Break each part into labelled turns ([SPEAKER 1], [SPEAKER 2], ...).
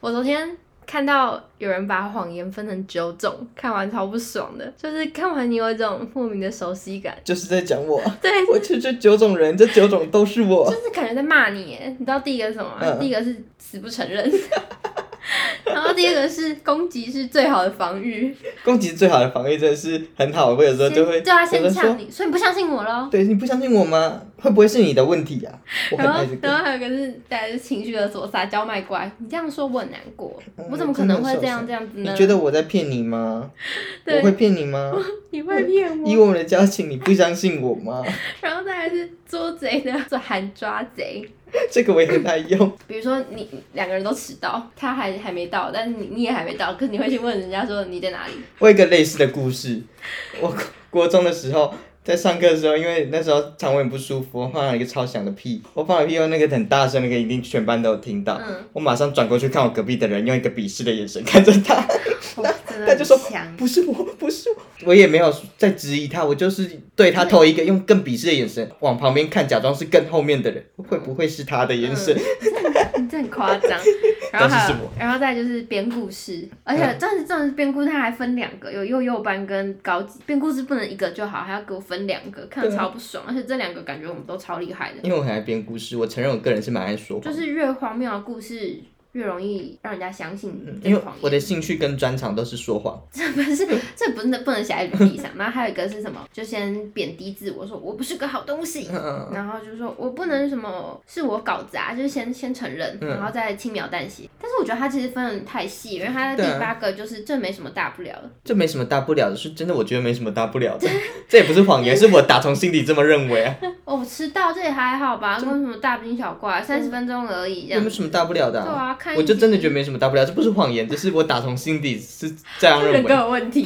[SPEAKER 1] 我昨天看到有人把谎言分成九种，看完超不爽的，就是看完你有一种莫名的熟悉 感，
[SPEAKER 2] 就是在讲 我，
[SPEAKER 1] 对，
[SPEAKER 2] 我就这九种人，这九种都是我
[SPEAKER 1] 就。是感觉在骂你耶。你知道第一个是什么吗？
[SPEAKER 2] 嗯
[SPEAKER 1] 第一个是死不承认， 然后第二个是攻击是最好的防御，
[SPEAKER 2] 攻击最好的防御真的是很好，我有时候就会
[SPEAKER 1] 先对啊，先
[SPEAKER 2] 有人说
[SPEAKER 1] 呛你，所以你不相信我喽。
[SPEAKER 2] 对，你不相信我吗？会不会是你的问题呀、我很
[SPEAKER 1] 然后
[SPEAKER 2] 爱这，
[SPEAKER 1] 然
[SPEAKER 2] 个。
[SPEAKER 1] 后还有一个是，再来是情绪勒索、撒娇卖乖。你这样说我很难过，
[SPEAKER 2] 嗯
[SPEAKER 1] 我怎么可能会
[SPEAKER 2] 真的很
[SPEAKER 1] 这样
[SPEAKER 2] 受伤
[SPEAKER 1] 这样子
[SPEAKER 2] 你
[SPEAKER 1] 呢？
[SPEAKER 2] 觉得我在骗你吗？
[SPEAKER 1] 对
[SPEAKER 2] 我会骗 你吗？
[SPEAKER 1] 你会骗
[SPEAKER 2] 以
[SPEAKER 1] 我？
[SPEAKER 2] 我们的交情，你不相信我吗？
[SPEAKER 1] 然后再来是捉贼的， 做喊抓贼。
[SPEAKER 2] 这个我也很爱用。
[SPEAKER 1] 比如说你两个人都迟到，他还还没到，但是你你也还没到，可是你会去问人家说你在 哪里？
[SPEAKER 2] 我有一个类似的故事，我国国中的时候。在上课的时候，因为那时候肠胃很不舒服，我放了一个超响的屁。我放了屁后，那个很大声，那个一定全班都有听到。
[SPEAKER 1] 嗯
[SPEAKER 2] 我马上转过去看我隔壁的人，用一个鄙视的眼神看着他。
[SPEAKER 1] 哇真
[SPEAKER 2] 他就说
[SPEAKER 1] 很强
[SPEAKER 2] 不是我，不是我，我也没有在质疑他，我就是对他投一个用更鄙视的眼神往旁边看，假装是更后面的人，会不会是他的眼神？
[SPEAKER 1] 嗯你这很夸 张。然后还有
[SPEAKER 2] 但是是嗯我，
[SPEAKER 1] 然后再就是编故事，而且这是这种编故事，它还分两个，有幼幼班跟高级。编故事不能一个就好，还要给我分两个，看得
[SPEAKER 2] 对啊
[SPEAKER 1] 超不爽。而且这两个感觉我们都超厉害的，
[SPEAKER 2] 因为我很爱编故事，我承认我个人是蛮爱说
[SPEAKER 1] 就
[SPEAKER 2] 谎，
[SPEAKER 1] 是越荒谬的故事越容易让人家相信
[SPEAKER 2] 嗯
[SPEAKER 1] 这
[SPEAKER 2] 因
[SPEAKER 1] 个
[SPEAKER 2] 为
[SPEAKER 1] 谎
[SPEAKER 2] 我
[SPEAKER 1] 言。
[SPEAKER 2] 的兴趣跟专长都是说谎。
[SPEAKER 1] 这 不是，这不是不能写在履历上。然后还有一个是什么？就先贬低自我，说我不是个好东西。
[SPEAKER 2] 嗯，
[SPEAKER 1] 然后就说我不能什么是我搞砸，就是先先承认，
[SPEAKER 2] 嗯
[SPEAKER 1] 然后再轻描淡写。但是我觉得他其实分的太细，因为他的
[SPEAKER 2] 对啊
[SPEAKER 1] 第八个就是这没什么大不了的，
[SPEAKER 2] 这没什么大不了的，是真的，我觉得没什么大不了的， 这也不是谎言，是我打从心底这么认为啊，
[SPEAKER 1] 哦，我迟到这也还好吧，没有什么大惊小怪，三十分钟而已这
[SPEAKER 2] 有
[SPEAKER 1] 样
[SPEAKER 2] 没有。什么大不了嗯的
[SPEAKER 1] 对
[SPEAKER 2] 啊、
[SPEAKER 1] 啊，看
[SPEAKER 2] 我就真的觉
[SPEAKER 1] 得
[SPEAKER 2] 得没什么大不了，这不是谎言，这是我打从心底是这样认
[SPEAKER 1] 人 格
[SPEAKER 2] 为，
[SPEAKER 1] 有问题，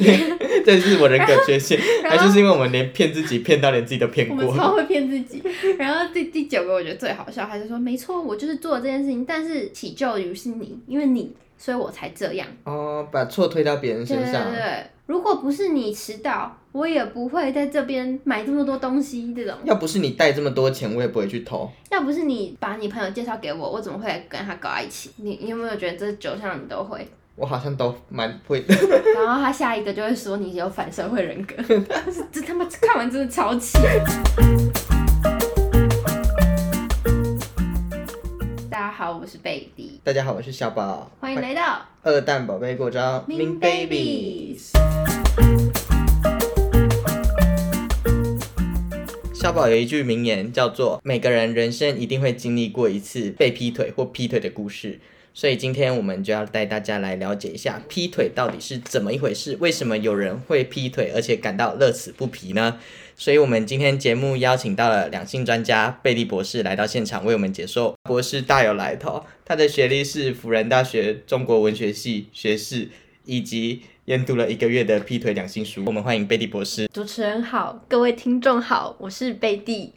[SPEAKER 2] 这是我人格缺陷，还
[SPEAKER 1] 然后
[SPEAKER 2] 就是因为我们连骗自己骗到连自己都骗
[SPEAKER 1] 我
[SPEAKER 2] 过
[SPEAKER 1] 们。超会骗自己。 然后第第九个我觉得最好笑，他就说没错，我就是做了这件事情，但是起就于是你，因为你，所以我才这样。
[SPEAKER 2] 哦，把错推到别人
[SPEAKER 1] 对
[SPEAKER 2] 身
[SPEAKER 1] 对
[SPEAKER 2] 上，
[SPEAKER 1] 对，如果不是你迟到，我也不会在这边买这么多东西。这种，
[SPEAKER 2] 要不是你带这么多钱，我也不会去偷。
[SPEAKER 1] 要不是你把你朋友介绍给我，我怎么会跟他搞在一起？你你有没有觉得这九项你都会？
[SPEAKER 2] 我好像都蛮会的，
[SPEAKER 1] 然后他下一个就会说你有反社会人格， 这他妈看完真的超气。大家好，我是贝蒂，
[SPEAKER 2] 大家好，我是小宝，
[SPEAKER 1] 欢迎来到
[SPEAKER 2] 二蛋宝贝过招
[SPEAKER 1] Min Babies。
[SPEAKER 2] 小宝有一句名言叫做“每个人人生一定会经历过一次被劈腿或劈腿的故事”，所以今天我们就要带大家来了解一下劈腿到底是怎么一回事，为什么有人会劈腿而且感到乐此不疲呢？所以我们今天节目邀请到了两性专家贝利博士来到现场为我们解说。博士大有来头，他的学历是辅仁大学中国文学系学士，以及研读了一个月的劈腿两性书。我们欢迎贝利博士。
[SPEAKER 1] 主持人好，各位听众好，我是贝蒂。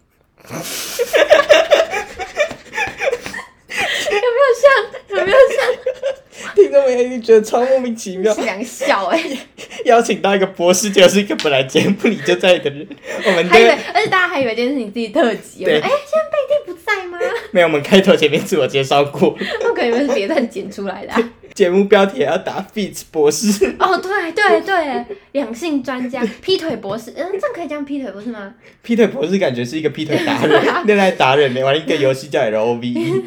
[SPEAKER 1] 有没有像？有没有
[SPEAKER 2] 听众们一定觉得超莫名其妙
[SPEAKER 1] 像？是两个笑哎、
[SPEAKER 2] 邀请到一个博士，就是一个本来节目里就在的人。我们
[SPEAKER 1] 还以为
[SPEAKER 2] 对，
[SPEAKER 1] 而且大家还以为今天是你自己特辑，我说
[SPEAKER 2] 对
[SPEAKER 1] 哎、现在贝蒂不在吗？
[SPEAKER 2] 没有我们开头前面自我介绍过，
[SPEAKER 1] 我可能以为是别人剪出来的 啊、
[SPEAKER 2] 节目标题还要打 “Beats 博士
[SPEAKER 1] 哦，对对对，两性专家劈腿博士，嗯，这样可以这样劈腿博士吗？”，
[SPEAKER 2] 劈腿博士感觉是一个劈腿达 人，恋爱达人呢，玩一个游戏叫 LOVE。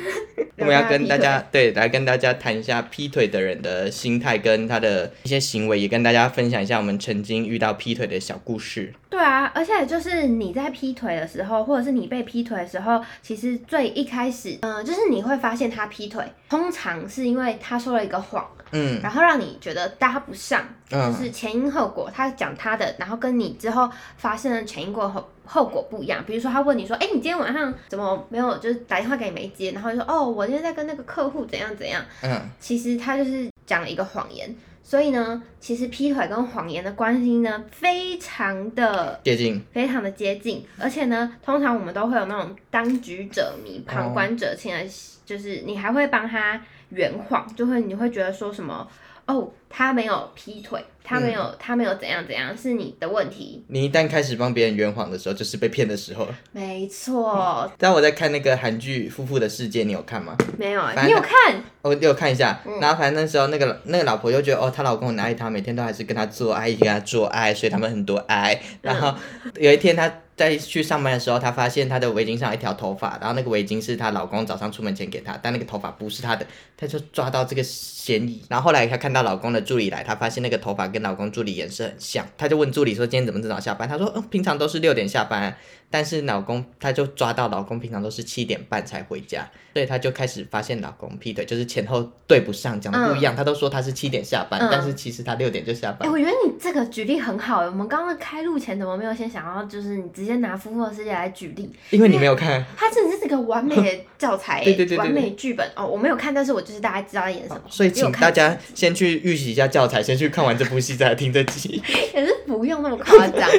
[SPEAKER 2] 我们要跟大家对来跟大家谈一下劈腿的人的心态跟他的一些行为，也跟大家分享一下我们曾经遇到劈腿的小故事。
[SPEAKER 1] 对啊，而且就是你在劈腿的时候，或者是你被劈腿的时候，其实最一开始，嗯、就是你会发现他劈腿，通常是因为他说了一个谎，
[SPEAKER 2] 嗯
[SPEAKER 1] 然后让你觉得搭不上，就
[SPEAKER 2] 嗯
[SPEAKER 1] 是前因后果，他讲他的，然后跟你之后发生的前因过后后果不一样。比如说，他问你说：“哎、你今天晚上怎么没有？就是打电话给你没接？”然后就说：“哦，我今天在跟那个客户怎样怎样。
[SPEAKER 2] 嗯，”
[SPEAKER 1] 其实他就是讲了一个谎言。所以呢，其实劈腿跟谎言的关系呢，非常的
[SPEAKER 2] 接近。
[SPEAKER 1] 非常的接近，而且呢，通常我们都会有那种当局者迷、旁观者清的，就是你还会帮他圆谎，就会你会觉得说什么。哦，他没有劈腿，他没有、
[SPEAKER 2] 嗯
[SPEAKER 1] 他没有怎样怎样，是你的问题。
[SPEAKER 2] 你一旦开始帮别人圆谎的时候，就是被骗的时候了。
[SPEAKER 1] 没错，
[SPEAKER 2] 但我在看那个韩剧《夫妇的世界》，你有看吗？
[SPEAKER 1] 没有，
[SPEAKER 2] 反
[SPEAKER 1] 你有
[SPEAKER 2] 正
[SPEAKER 1] 看？
[SPEAKER 2] 我有看一下，然后反正那时候那个那个老婆就觉得哦，她老公很爱她，每天都还是跟她做爱，一直跟她做爱，所以他们很多爱。 然后有一天她在去上班的时候，她发现她的围巾上有一条头发，然后那个围巾是她老公早上出门前给她，但那个头发不是她的，她就抓到这个嫌疑。然后后来她看到老公的助理来，她发现那个头发跟老公助理颜色很像，她就问助理说今天怎么这么早下班？她说嗯，平常都是六点下班啊、但是老公她就抓到老公平常都是七点半才回家，所以她就开始发现老公劈腿，就是前后对不上，讲的不一样。她、都说她是七点下班，
[SPEAKER 1] 嗯
[SPEAKER 2] 但是其实她六点就下
[SPEAKER 1] 哎、
[SPEAKER 2] 班。
[SPEAKER 1] 我觉得你这个举例很好哎。我们刚刚开录前怎么没有先想到，就是你直接拿《夫妇的世界》来举例？
[SPEAKER 2] 因为你没有看，
[SPEAKER 1] 它真的是这个完美的教材欸，
[SPEAKER 2] 对对对对
[SPEAKER 1] 完
[SPEAKER 2] 对
[SPEAKER 1] 美剧本哦。我没有看，但是我就是大概知道在演什么。
[SPEAKER 2] 所以
[SPEAKER 1] 因为
[SPEAKER 2] 请
[SPEAKER 1] 我看
[SPEAKER 2] 大家先去预习一下教材，先去看完这部戏再来听这集。
[SPEAKER 1] 也是不用那么夸张啊。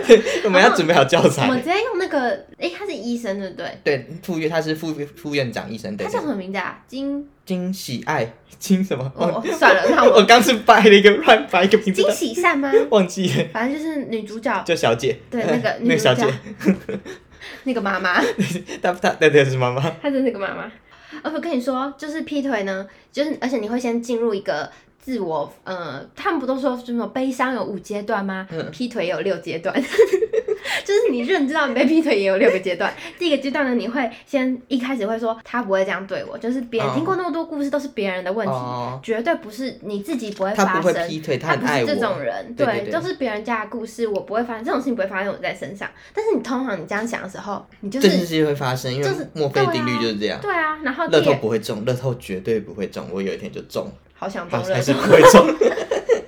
[SPEAKER 2] 我们要准备好教
[SPEAKER 1] 我们
[SPEAKER 2] 材
[SPEAKER 1] 直。接用那个，哎、他是医生对不对？
[SPEAKER 2] 对，副院他是副副院长医生，对
[SPEAKER 1] 他，叫什么名字啊？金，
[SPEAKER 2] 金喜爱金什么？
[SPEAKER 1] 我、哦、算 了，那
[SPEAKER 2] 我
[SPEAKER 1] 我
[SPEAKER 2] 刚是掰了一个乱掰一个名字
[SPEAKER 1] 金，喜善吗？
[SPEAKER 2] 忘记了，
[SPEAKER 1] 反正就是女主角
[SPEAKER 2] 就小姐，
[SPEAKER 1] 对那 个
[SPEAKER 2] 那
[SPEAKER 1] 女
[SPEAKER 2] 个
[SPEAKER 1] 主
[SPEAKER 2] 小姐
[SPEAKER 1] 角，那个妈 妈，
[SPEAKER 2] 她她对对是妈妈。
[SPEAKER 1] 她是那个妈妈。而我跟你说，就是劈腿呢，就是而且你会先进入一个自我，呃，他们不都说什么悲伤有五阶段吗？
[SPEAKER 2] 嗯
[SPEAKER 1] 劈腿也有六阶段， 就是你认知到你被劈腿也有六个阶 段。第一个阶段呢，你会先一开始会说他不会这样对我，就是别人、
[SPEAKER 2] 哦
[SPEAKER 1] 听过那么多故事都是别人的问题，
[SPEAKER 2] 哦
[SPEAKER 1] 绝对不是你自己不会
[SPEAKER 2] 他
[SPEAKER 1] 发
[SPEAKER 2] 不会
[SPEAKER 1] 生。
[SPEAKER 2] 劈腿，
[SPEAKER 1] 他
[SPEAKER 2] 很
[SPEAKER 1] 不
[SPEAKER 2] 爱
[SPEAKER 1] 是
[SPEAKER 2] 我。
[SPEAKER 1] 这种人，
[SPEAKER 2] 对对
[SPEAKER 1] 对，
[SPEAKER 2] 对
[SPEAKER 1] 都是别人家的故事，我不会发生这种事情，不会发生我在身上。但是你通常你这样想的时候，你就
[SPEAKER 2] 这件
[SPEAKER 1] 是
[SPEAKER 2] 事情会发生，因为
[SPEAKER 1] 就是
[SPEAKER 2] 墨菲定律就是这样。
[SPEAKER 1] 对啊，然后
[SPEAKER 2] 乐
[SPEAKER 1] 第
[SPEAKER 2] 透
[SPEAKER 1] 二
[SPEAKER 2] 不会中，乐透绝对不会中。我有一天就中，
[SPEAKER 1] 好想中
[SPEAKER 2] 好
[SPEAKER 1] 乐
[SPEAKER 2] 啊还 是
[SPEAKER 1] 透
[SPEAKER 2] 不，会中，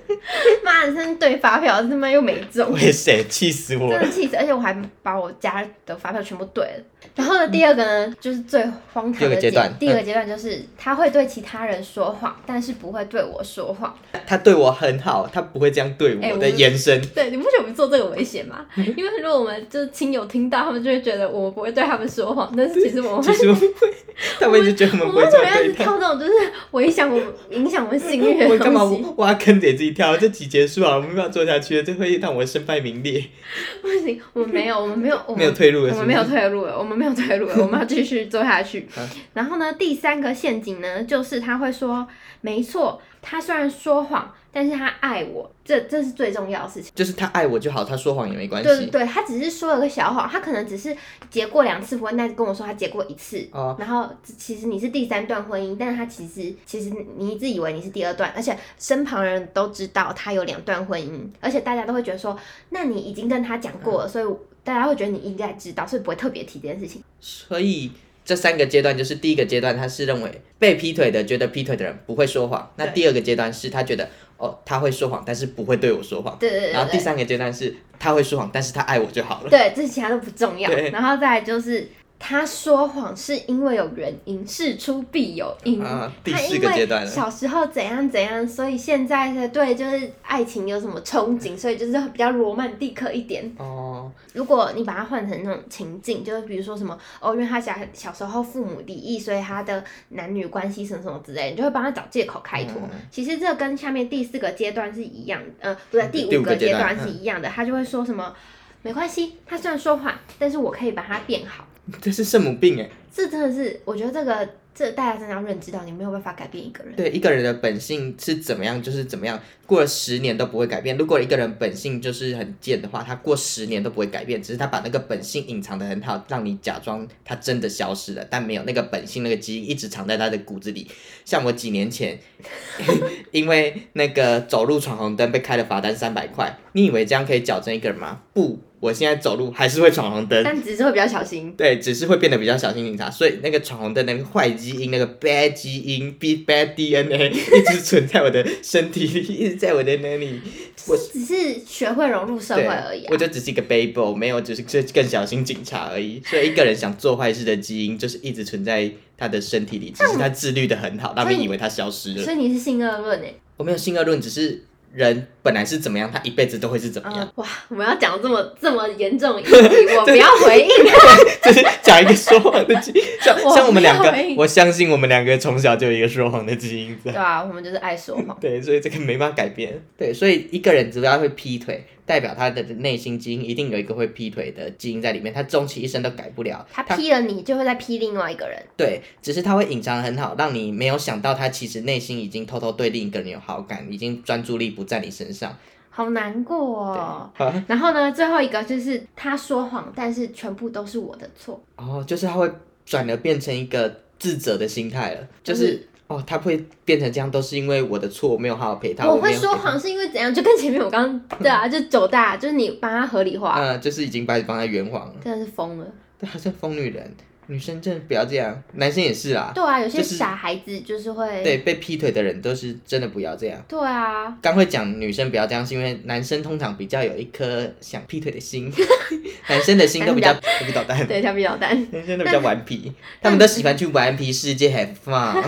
[SPEAKER 1] 妈的，真是对发票，他妈又没中
[SPEAKER 2] 我，也谁气死我
[SPEAKER 1] 真
[SPEAKER 2] 了。
[SPEAKER 1] 的气死！而且我还把我家的发票全部对了。然后呢，第二个呢，就是最荒
[SPEAKER 2] 第
[SPEAKER 1] 唐
[SPEAKER 2] 二个
[SPEAKER 1] 的
[SPEAKER 2] 阶段嗯
[SPEAKER 1] 第二个阶段就是他会对其他人说谎，但是不会对我说谎。
[SPEAKER 2] 他对我很好，他不会这样对我
[SPEAKER 1] 哎我
[SPEAKER 2] 的延伸。
[SPEAKER 1] 对，你不觉得我们做这个危险 吗？因为如果我们就是亲友听到，他们就会觉得我们不会对他们说谎，但是其实我们
[SPEAKER 2] 其实我不 会，他们一直觉得我们
[SPEAKER 1] 我
[SPEAKER 2] 不
[SPEAKER 1] 们为
[SPEAKER 2] 会这
[SPEAKER 1] 什么
[SPEAKER 2] 样
[SPEAKER 1] 要一
[SPEAKER 2] 对
[SPEAKER 1] 直
[SPEAKER 2] 他。
[SPEAKER 1] 跳这种就是影响我们影响我们信誉
[SPEAKER 2] 我
[SPEAKER 1] 的
[SPEAKER 2] 们干嘛
[SPEAKER 1] 东西？
[SPEAKER 2] 挖坑给自己跳？这集结束啊，我们没办法做下去了，这会让我身败名裂，
[SPEAKER 1] 不行，我们没有，我们没有，我
[SPEAKER 2] 没有
[SPEAKER 1] 们
[SPEAKER 2] 退路
[SPEAKER 1] 我
[SPEAKER 2] 了。是
[SPEAKER 1] 们
[SPEAKER 2] 不
[SPEAKER 1] 没
[SPEAKER 2] 是
[SPEAKER 1] 有退路了，我们没有退路了，我们要继续做下去
[SPEAKER 2] 啊。
[SPEAKER 1] 然后呢，第三个陷阱呢，就是他会说，没错，他虽然说谎，但是他爱我，这这是最重要的事情。
[SPEAKER 2] 就是他爱我就好，他说谎也没关
[SPEAKER 1] 对对
[SPEAKER 2] 系。
[SPEAKER 1] 对，他只是说了个小谎，他可能只是结过两次婚，但是跟我说他结过一次。
[SPEAKER 2] 哦
[SPEAKER 1] 然后其实你是第三段婚姻，但是他其实其实你一直以为你是第二段，而且身旁人都知道他有两段婚姻，而且大家都会觉得说，那你已经跟他讲
[SPEAKER 2] 嗯
[SPEAKER 1] 过了，所以大家会觉得你应该知道，所以不会特别提这件事情。
[SPEAKER 2] 所以这三个阶段就是第一个阶段，他是认为被劈腿的觉得劈腿的人不会说谎；那
[SPEAKER 1] 对
[SPEAKER 2] 第二个阶段是他觉得哦他会说谎，但是不会对我说谎；
[SPEAKER 1] 对对对
[SPEAKER 2] 然
[SPEAKER 1] 对
[SPEAKER 2] 后
[SPEAKER 1] 对
[SPEAKER 2] 第三个阶段是他会说谎，但是他爱我就好了。
[SPEAKER 1] 对，这其他都不重要
[SPEAKER 2] 对。
[SPEAKER 1] 然后再来就是他说谎是因为有原因，事出必有因。
[SPEAKER 2] 啊
[SPEAKER 1] 嗯他
[SPEAKER 2] 第四
[SPEAKER 1] 因
[SPEAKER 2] 个
[SPEAKER 1] 为
[SPEAKER 2] 阶段了
[SPEAKER 1] 小时候怎样怎样，所以现在的对就是爱情有什么憧憬，所以就是比较罗曼蒂克一点。
[SPEAKER 2] 哦，
[SPEAKER 1] 如果你把它换成那种情境，就是比如说什么哦，因为他小小时候父母离异，所以他的男女关系什么什么之类的，你就会帮他找借口开脱。
[SPEAKER 2] 嗯
[SPEAKER 1] 其实这跟下面第四个阶段是一样的，呃，不对，
[SPEAKER 2] 第
[SPEAKER 1] 第
[SPEAKER 2] 五
[SPEAKER 1] 五
[SPEAKER 2] 个
[SPEAKER 1] 个
[SPEAKER 2] 阶
[SPEAKER 1] 阶
[SPEAKER 2] 段
[SPEAKER 1] 段是一样的，他就会说什么没关系，他虽然说谎，但是我可以把它变好。
[SPEAKER 2] 这是圣母病哎。
[SPEAKER 1] 这真的是，我觉得这个这大家真的要认知到，你没有办法改变一个人。
[SPEAKER 2] 对，一个人的本性是怎么样就是怎么样，过了十年都不会改变。如果一个人本性就是很贱的话，他过十年都不会改变，只是他把那个本性隐藏的很好，让你假装他真的消失了，但没有那个本性那个基因一直藏在他的骨子里。像我几年前， 因为那个走路闯红灯被开了罚单三百块，你以为这样可以矫正一个人吗？不，我现在走路还是会闯红灯。
[SPEAKER 1] 但只是会比较小心。
[SPEAKER 2] 对，只是会变得比较小心谨查，所以那个闯红灯那个坏基因、那个 bad 基因、b bad DNA 一直存在我的身体里，一直在我的那里。我
[SPEAKER 1] 只是学会融入社
[SPEAKER 2] 对
[SPEAKER 1] 会而已、啊
[SPEAKER 2] 我。就只是一个 baby，没有，只是 这更小心警察而已。所以一个人想做坏事的基因，就是一直存在他的身体里，只是他自律的很好，让
[SPEAKER 1] 所以
[SPEAKER 2] 你以为他消失了
[SPEAKER 1] 所。以你是性恶论诶，欸
[SPEAKER 2] 我没有性恶论，只是人本来是怎么样，他一辈子都会是怎么样
[SPEAKER 1] 嗯。，哇，我们要讲这么这么严重的议题，我不要回应。
[SPEAKER 2] 就是讲一个说谎的基因，像
[SPEAKER 1] 我
[SPEAKER 2] 像我们两
[SPEAKER 1] 没有欸
[SPEAKER 2] 个，我相信我们两个从小就有一个说谎的基因
[SPEAKER 1] 对
[SPEAKER 2] 在。
[SPEAKER 1] 啊，我们就是爱说谎。
[SPEAKER 2] 对，所以这个没办法改变。 对，所以一个人只要会劈腿，代表他的内心基因一定有一个会劈腿的基因在里面，他终其一生都改不了。
[SPEAKER 1] 他劈了你，就会再劈另外一个人。
[SPEAKER 2] 对，只是他会隐藏得很好，让你没有想到他其实内心已经偷偷对另一个人有好感，已经专注力不在你身上。
[SPEAKER 1] 好难过
[SPEAKER 2] 对，
[SPEAKER 1] 哦。
[SPEAKER 2] 啊
[SPEAKER 1] 然后呢，最后一个就是他说谎，但是全部都是我的错。
[SPEAKER 2] 哦，就是他会转而变成一个自责的心态了，就是。
[SPEAKER 1] 就是
[SPEAKER 2] 哦，他会变成这样，都是因为我的错，我没有好好陪他。
[SPEAKER 1] 我
[SPEAKER 2] 没
[SPEAKER 1] 会
[SPEAKER 2] 有
[SPEAKER 1] 说
[SPEAKER 2] 给他
[SPEAKER 1] 谎是因为怎样？就跟前面我刚刚对啊，就九大，就是你帮他合理化，
[SPEAKER 2] 嗯，就是已经把你帮他圆谎了。
[SPEAKER 1] 真的是疯了。
[SPEAKER 2] 对，好像疯女人，女生真的不要这样，男生也是啦。
[SPEAKER 1] 对啊，有些
[SPEAKER 2] 就是
[SPEAKER 1] 傻孩子就是会，
[SPEAKER 2] 对，被劈腿的人都是真的不要这样。
[SPEAKER 1] 对啊，
[SPEAKER 2] 刚会讲女生不要这样，是因为男生通常比较有一颗想劈腿的心， 男生的心都比较比捣蛋，
[SPEAKER 1] 对，调皮捣蛋。
[SPEAKER 2] 男生都比较顽皮，他们都喜欢去顽皮世界 have fun。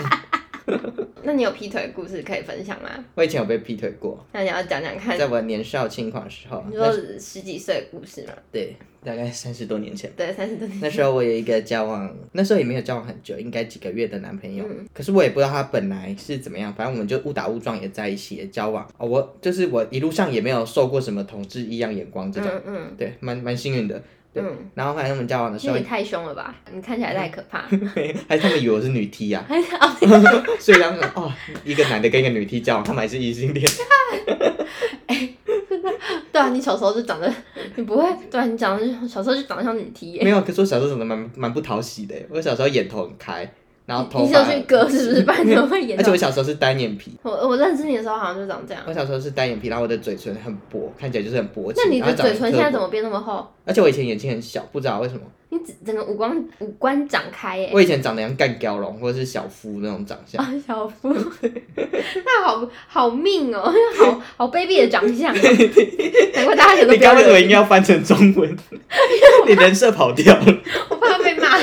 [SPEAKER 1] 那你有劈腿的故事可以分享吗？
[SPEAKER 2] 我以前有被劈腿过，
[SPEAKER 1] 那你要讲讲看，
[SPEAKER 2] 在我年少轻狂的时候，
[SPEAKER 1] 你
[SPEAKER 2] 那
[SPEAKER 1] 说
[SPEAKER 2] 时
[SPEAKER 1] 十几岁的故事吗？
[SPEAKER 2] 对，大概三十多年前。
[SPEAKER 1] 对，三十多年
[SPEAKER 2] 那时候我有一个交往，那时候也没有交往很久，应该几个月的男朋友。
[SPEAKER 1] 嗯
[SPEAKER 2] 可是我也不知道他本来是怎么样，反正我们就误打误撞也在一起，也交往。哦，我就是我一路上也没有受过什么同志异样眼光这种，
[SPEAKER 1] 嗯嗯
[SPEAKER 2] 对，蛮蛮幸运的。对，
[SPEAKER 1] 嗯，
[SPEAKER 2] 然后反正我们交往的时
[SPEAKER 1] 其
[SPEAKER 2] 候
[SPEAKER 1] 实你，太凶了吧？你看起来
[SPEAKER 2] 嗯
[SPEAKER 1] 太可 怕。
[SPEAKER 2] 还是他们以为我是女 T 啊，
[SPEAKER 1] 还是哦，
[SPEAKER 2] 所以他们哦，一个男的跟一个女 T 交往，他们还是异性 恋。
[SPEAKER 1] 对啊，你小时候就长得，你不会，对啊，你长得就小时候就长得像女 T 耶、
[SPEAKER 2] 没有，可是我小时候长得蛮蛮不讨喜的，欸我小时候眼头很开，然后 头
[SPEAKER 1] 你是
[SPEAKER 2] 发
[SPEAKER 1] 有，去割是不是？不然怎么会演
[SPEAKER 2] 而
[SPEAKER 1] 到
[SPEAKER 2] 且我？小时候是单眼皮。
[SPEAKER 1] 我我认识你的时候好像就长这样。
[SPEAKER 2] 我小时候是单眼皮，然后我的嘴唇很薄，看起来就是很薄情。
[SPEAKER 1] 那你
[SPEAKER 2] 然
[SPEAKER 1] 的
[SPEAKER 2] 后长得
[SPEAKER 1] 嘴唇现在
[SPEAKER 2] 很
[SPEAKER 1] 怎
[SPEAKER 2] 刻薄？
[SPEAKER 1] 么变那么厚？
[SPEAKER 2] 而且我以前眼睛很小，不知道为什么。
[SPEAKER 1] 你整整个五官五官展开耶、
[SPEAKER 2] 我以前长得像干蛟龙或者是小夫那种长相，
[SPEAKER 1] 啊，小夫， 那好好命哦， 好好卑鄙的长相、 哦，难怪大家觉得
[SPEAKER 2] 你
[SPEAKER 1] 不要
[SPEAKER 2] 刚刚为什么
[SPEAKER 1] 惹
[SPEAKER 2] 应该要翻成中 文？你人设跑掉了。
[SPEAKER 1] 我怕被骂。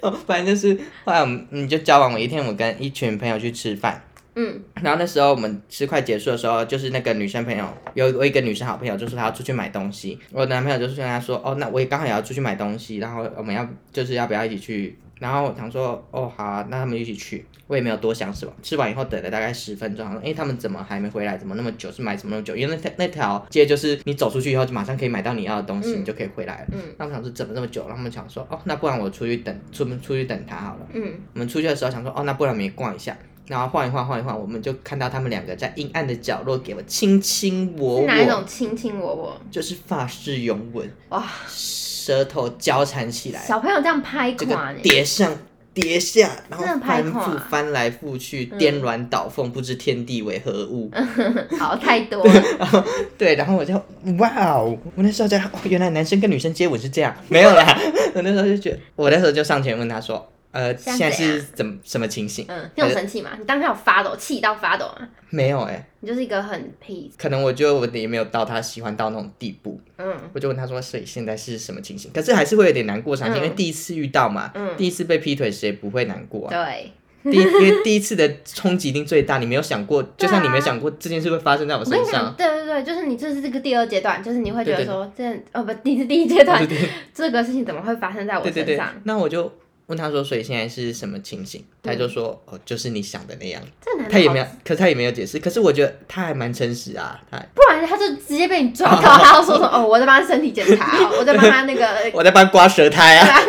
[SPEAKER 2] 哦反正就是后来我们你就交往了一天，我跟一群朋友去吃饭，
[SPEAKER 1] 嗯，
[SPEAKER 2] 然后那时候我们吃快结束的时候，就是那个女生朋友有我一个女生好朋友，就是她要出去买东西，我男朋友就是跟她说，哦，那我也刚好也要出去买东西，然后我们要就是要不要一起去？然后我想说，哦，好、啊，那他们一起去。我也没有多想哦什么，吃完以后等了大概十分钟，然后哎，他们怎么还没回来？怎么那么久？是买怎么那么久？因为那条那条街就是你走出去以后，就马上可以买到你要的东西，
[SPEAKER 1] 嗯
[SPEAKER 2] 你就可以回来了。
[SPEAKER 1] 嗯
[SPEAKER 2] 那我们想说怎么那么久？然后我们想说，哦，那不然我出去等，出门出去等他好了。
[SPEAKER 1] 嗯，
[SPEAKER 2] 我们出去的时候想说，哦，那不然我们也逛一下，然后晃一晃，晃一晃，我们就看到他们两个在阴暗的角落给我卿卿我
[SPEAKER 1] 是哪一
[SPEAKER 2] 我，
[SPEAKER 1] 种卿卿我我？
[SPEAKER 2] 就是法式拥吻，
[SPEAKER 1] 哇，
[SPEAKER 2] 舌头交缠起来，
[SPEAKER 1] 小朋友这样拍
[SPEAKER 2] 这
[SPEAKER 1] 垮
[SPEAKER 2] 个
[SPEAKER 1] 呢、
[SPEAKER 2] 叠上叠下，然后
[SPEAKER 1] 真的拍
[SPEAKER 2] 翻
[SPEAKER 1] 垮啊嗯
[SPEAKER 2] 覆翻来覆去，颠鸾倒凤，不知天地为何物。
[SPEAKER 1] 好太多了，
[SPEAKER 2] 对，然后我就哇哦，我那时候就哦，原来男生跟女生接吻是这样，没有啦， 我那时候就觉得，我那时候就上前问他说，呃，
[SPEAKER 1] 现
[SPEAKER 2] 现
[SPEAKER 1] 在
[SPEAKER 2] 在
[SPEAKER 1] 怎样
[SPEAKER 2] 是怎么什么情形？
[SPEAKER 1] 啊嗯，你有生气吗？你当下有发抖，气到发抖吗？
[SPEAKER 2] 没有哎、
[SPEAKER 1] 你就是一个很 peace，
[SPEAKER 2] 可能我觉得我也没有到他喜欢到那种地步，
[SPEAKER 1] 嗯
[SPEAKER 2] 我就问他说，所以现在是什么情形？可是还是会有点难过伤心，
[SPEAKER 1] 嗯
[SPEAKER 2] 因为第一次遇到嘛，
[SPEAKER 1] 嗯，
[SPEAKER 2] 第一次被劈腿谁不会难 过啊？
[SPEAKER 1] 对。
[SPEAKER 2] 第一因为第一次的冲击一定最大，你没有想过，
[SPEAKER 1] 啊
[SPEAKER 2] 就算你没有想过这件事会发生在我
[SPEAKER 1] 我跟
[SPEAKER 2] 身
[SPEAKER 1] 你讲，
[SPEAKER 2] 上，
[SPEAKER 1] 对对对，就是你这是这个第二阶段，就是你会觉得
[SPEAKER 2] 对对
[SPEAKER 1] 说，这哦不，你是第一阶段
[SPEAKER 2] 对，对对
[SPEAKER 1] 这个事情怎么会发生在我
[SPEAKER 2] 对对
[SPEAKER 1] 身
[SPEAKER 2] 对
[SPEAKER 1] 上？，
[SPEAKER 2] 那我就问他说，所以现在是什么情形？
[SPEAKER 1] 嗯
[SPEAKER 2] 他就说，哦，就是你想的那样，
[SPEAKER 1] 这男的
[SPEAKER 2] 他也
[SPEAKER 1] 好
[SPEAKER 2] 没有，可是他也没有解释，可是我觉得他还蛮诚实啊，他
[SPEAKER 1] 不然他就直接被你抓 到，他要说什么？哦，我在帮他身体检查，哦我在帮他那个，
[SPEAKER 2] 我在帮他刮舌苔啊。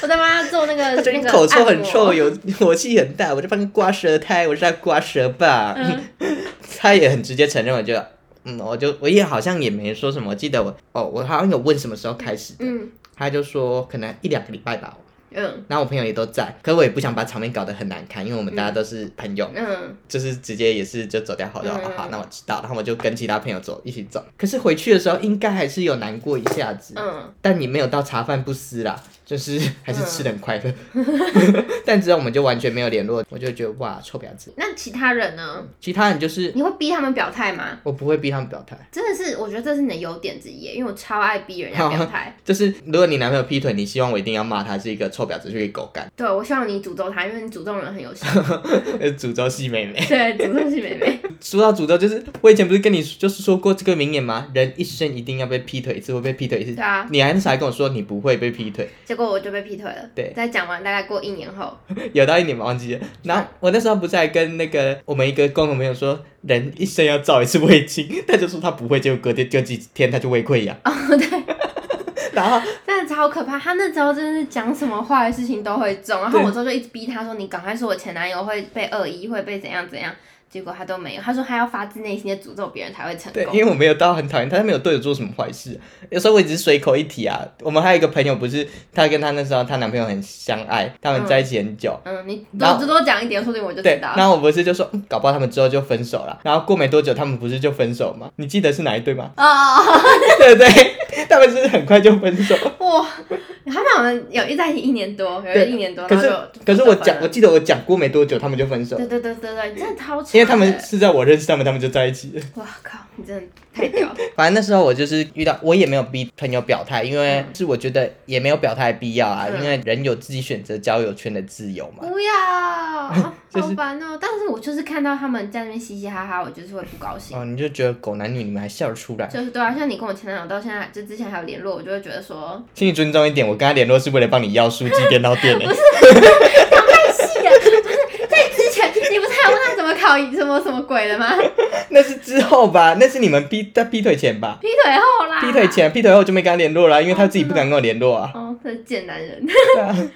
[SPEAKER 1] 我在帮他做那个
[SPEAKER 2] 他最
[SPEAKER 1] 那
[SPEAKER 2] 近
[SPEAKER 1] 个
[SPEAKER 2] 口臭
[SPEAKER 1] 按
[SPEAKER 2] 很
[SPEAKER 1] 摩
[SPEAKER 2] 臭，，有 火气很大，我就帮他刮舌苔，我是他刮舌吧。
[SPEAKER 1] 嗯
[SPEAKER 2] 他也很直接承认，我就嗯，我就我也好像也没说什么。我记得我哦，我好像有问什么时候开始，
[SPEAKER 1] 嗯
[SPEAKER 2] 他就说可能一两个礼拜吧。
[SPEAKER 1] 嗯
[SPEAKER 2] 然后我朋友也都在，可是我也不想把场面搞得很难看，因为我们大家都是朋友，
[SPEAKER 1] 嗯，
[SPEAKER 2] 就是直接也是就走掉好就好、
[SPEAKER 1] 嗯
[SPEAKER 2] 好，那我知道，然后我就跟其他朋友走一起走。可是回去的时候应该还是有难过一下子，
[SPEAKER 1] 嗯，
[SPEAKER 2] 但你没有到茶饭不思啦，就是还是吃的很快乐。 但之后我们就完全没有联络，我就觉得哇，臭婊子。
[SPEAKER 1] 那其他人呢？
[SPEAKER 2] 其他人就是
[SPEAKER 1] 你会逼他们表态吗？
[SPEAKER 2] 我不会逼他们表态。
[SPEAKER 1] 真的是，我觉得这是你的优点之一耶，因为我超爱逼人家表态。
[SPEAKER 2] 就是如果你男朋友劈腿，你希望我一定要骂他是一个臭婊子，是一个狗干，
[SPEAKER 1] 对，我希望你诅咒他，因为你诅咒人很有效。
[SPEAKER 2] 呃诅咒系妹妹。
[SPEAKER 1] 对，诅咒系妹妹。
[SPEAKER 2] 说到诅咒，就是我以前不是跟你就是说过这个名言吗？人一生一定要被劈腿一次，会被劈腿一次
[SPEAKER 1] 对。啊，
[SPEAKER 2] 你还那时候还跟我说你不会被劈腿，
[SPEAKER 1] 结果我就被劈腿了。
[SPEAKER 2] 对
[SPEAKER 1] 在讲完大概过一年后，
[SPEAKER 2] 有到一点忘记了。然后我那时候不是还跟那个我们一个共同朋友说，人一生要造一次胃镜， 他就说他不会，结果隔天就几天他就胃溃疡。哦，对。 然后
[SPEAKER 1] 真的超可怕。他那时候真的是讲什么坏的事情都会中，然后
[SPEAKER 2] 对
[SPEAKER 1] 我之后就一直逼他说：“你赶快说我前男友会被恶意，会被怎样怎样。”结果他都没有，他说他要发自内心的诅咒别人才会成
[SPEAKER 2] 对，
[SPEAKER 1] 功。
[SPEAKER 2] 因为我没有到很讨厌他，他没有对我做什么坏事，有时候我只是随口一提啊。我们还有一个朋友，不是她跟她那时候她男朋友很相爱，他们在一起很久，
[SPEAKER 1] 嗯，你
[SPEAKER 2] 然后
[SPEAKER 1] 多多讲一点，说不定我嗯就知
[SPEAKER 2] 对，
[SPEAKER 1] 道。？
[SPEAKER 2] 然后我不是就说，嗯搞不好他们之后就分手了。然后过没多久，他们不是就分手吗？你记得是哪一对吗
[SPEAKER 1] 哦哦
[SPEAKER 2] 对 不对？他们是很快就分手。
[SPEAKER 1] 哦，哇！他们好像有一在一起一年多，有
[SPEAKER 2] 对
[SPEAKER 1] 一年多，
[SPEAKER 2] 可是
[SPEAKER 1] 然后就
[SPEAKER 2] 可是我讲，我
[SPEAKER 1] 就
[SPEAKER 2] 记得我讲过没多久，他们就分手
[SPEAKER 1] 分，了对对对对对，真的超扯的。
[SPEAKER 2] 因为他们是在我认识他们，他们就在一起了。
[SPEAKER 1] 哇靠，你真的太 屌了。
[SPEAKER 2] 反正那时候我就是遇到，我也没有逼朋友表态，因为是我觉得也没有表态的必要啊，
[SPEAKER 1] 嗯
[SPEAKER 2] 因为人有自己选择交友圈的自由嘛。
[SPEAKER 1] 不要，
[SPEAKER 2] 就是
[SPEAKER 1] 好烦哦、但是我就是看到他们在那边嘻嘻哈哈，我就是会不高兴。
[SPEAKER 2] 哦，你就觉得狗男女你们还笑得出来，
[SPEAKER 1] 就是对啊，像你跟我前男友到现在，就之前还有联络，我就会觉得 说，
[SPEAKER 2] 请你尊重一点。我跟他联络是为了帮你要书记电脑 店欸呢。
[SPEAKER 1] 太细了，不是在之前你不是还问他怎么考什么什么鬼的吗？
[SPEAKER 2] 那是之后吧，那是你们劈在劈腿前吧？
[SPEAKER 1] 劈腿后啦，
[SPEAKER 2] 劈腿。前、劈腿后就没跟他联络了啊，因为他自己不敢跟我联络啊。
[SPEAKER 1] 哦，这是贱男人。
[SPEAKER 2] 对
[SPEAKER 1] 嗯
[SPEAKER 2] 啊，